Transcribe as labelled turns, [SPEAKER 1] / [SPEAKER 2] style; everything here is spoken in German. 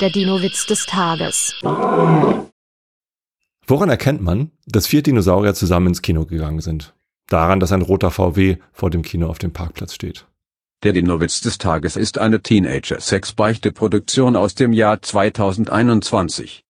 [SPEAKER 1] Der Dino-Witz des Tages.
[SPEAKER 2] Woran erkennt man, dass vier Dinosaurier zusammen ins Kino gegangen sind? Daran, dass ein roter VW vor dem Kino auf dem Parkplatz steht.
[SPEAKER 3] Der Dinowitz des Tages ist eine Teenager-Sex-Beichte-Produktion aus dem Jahr 2021.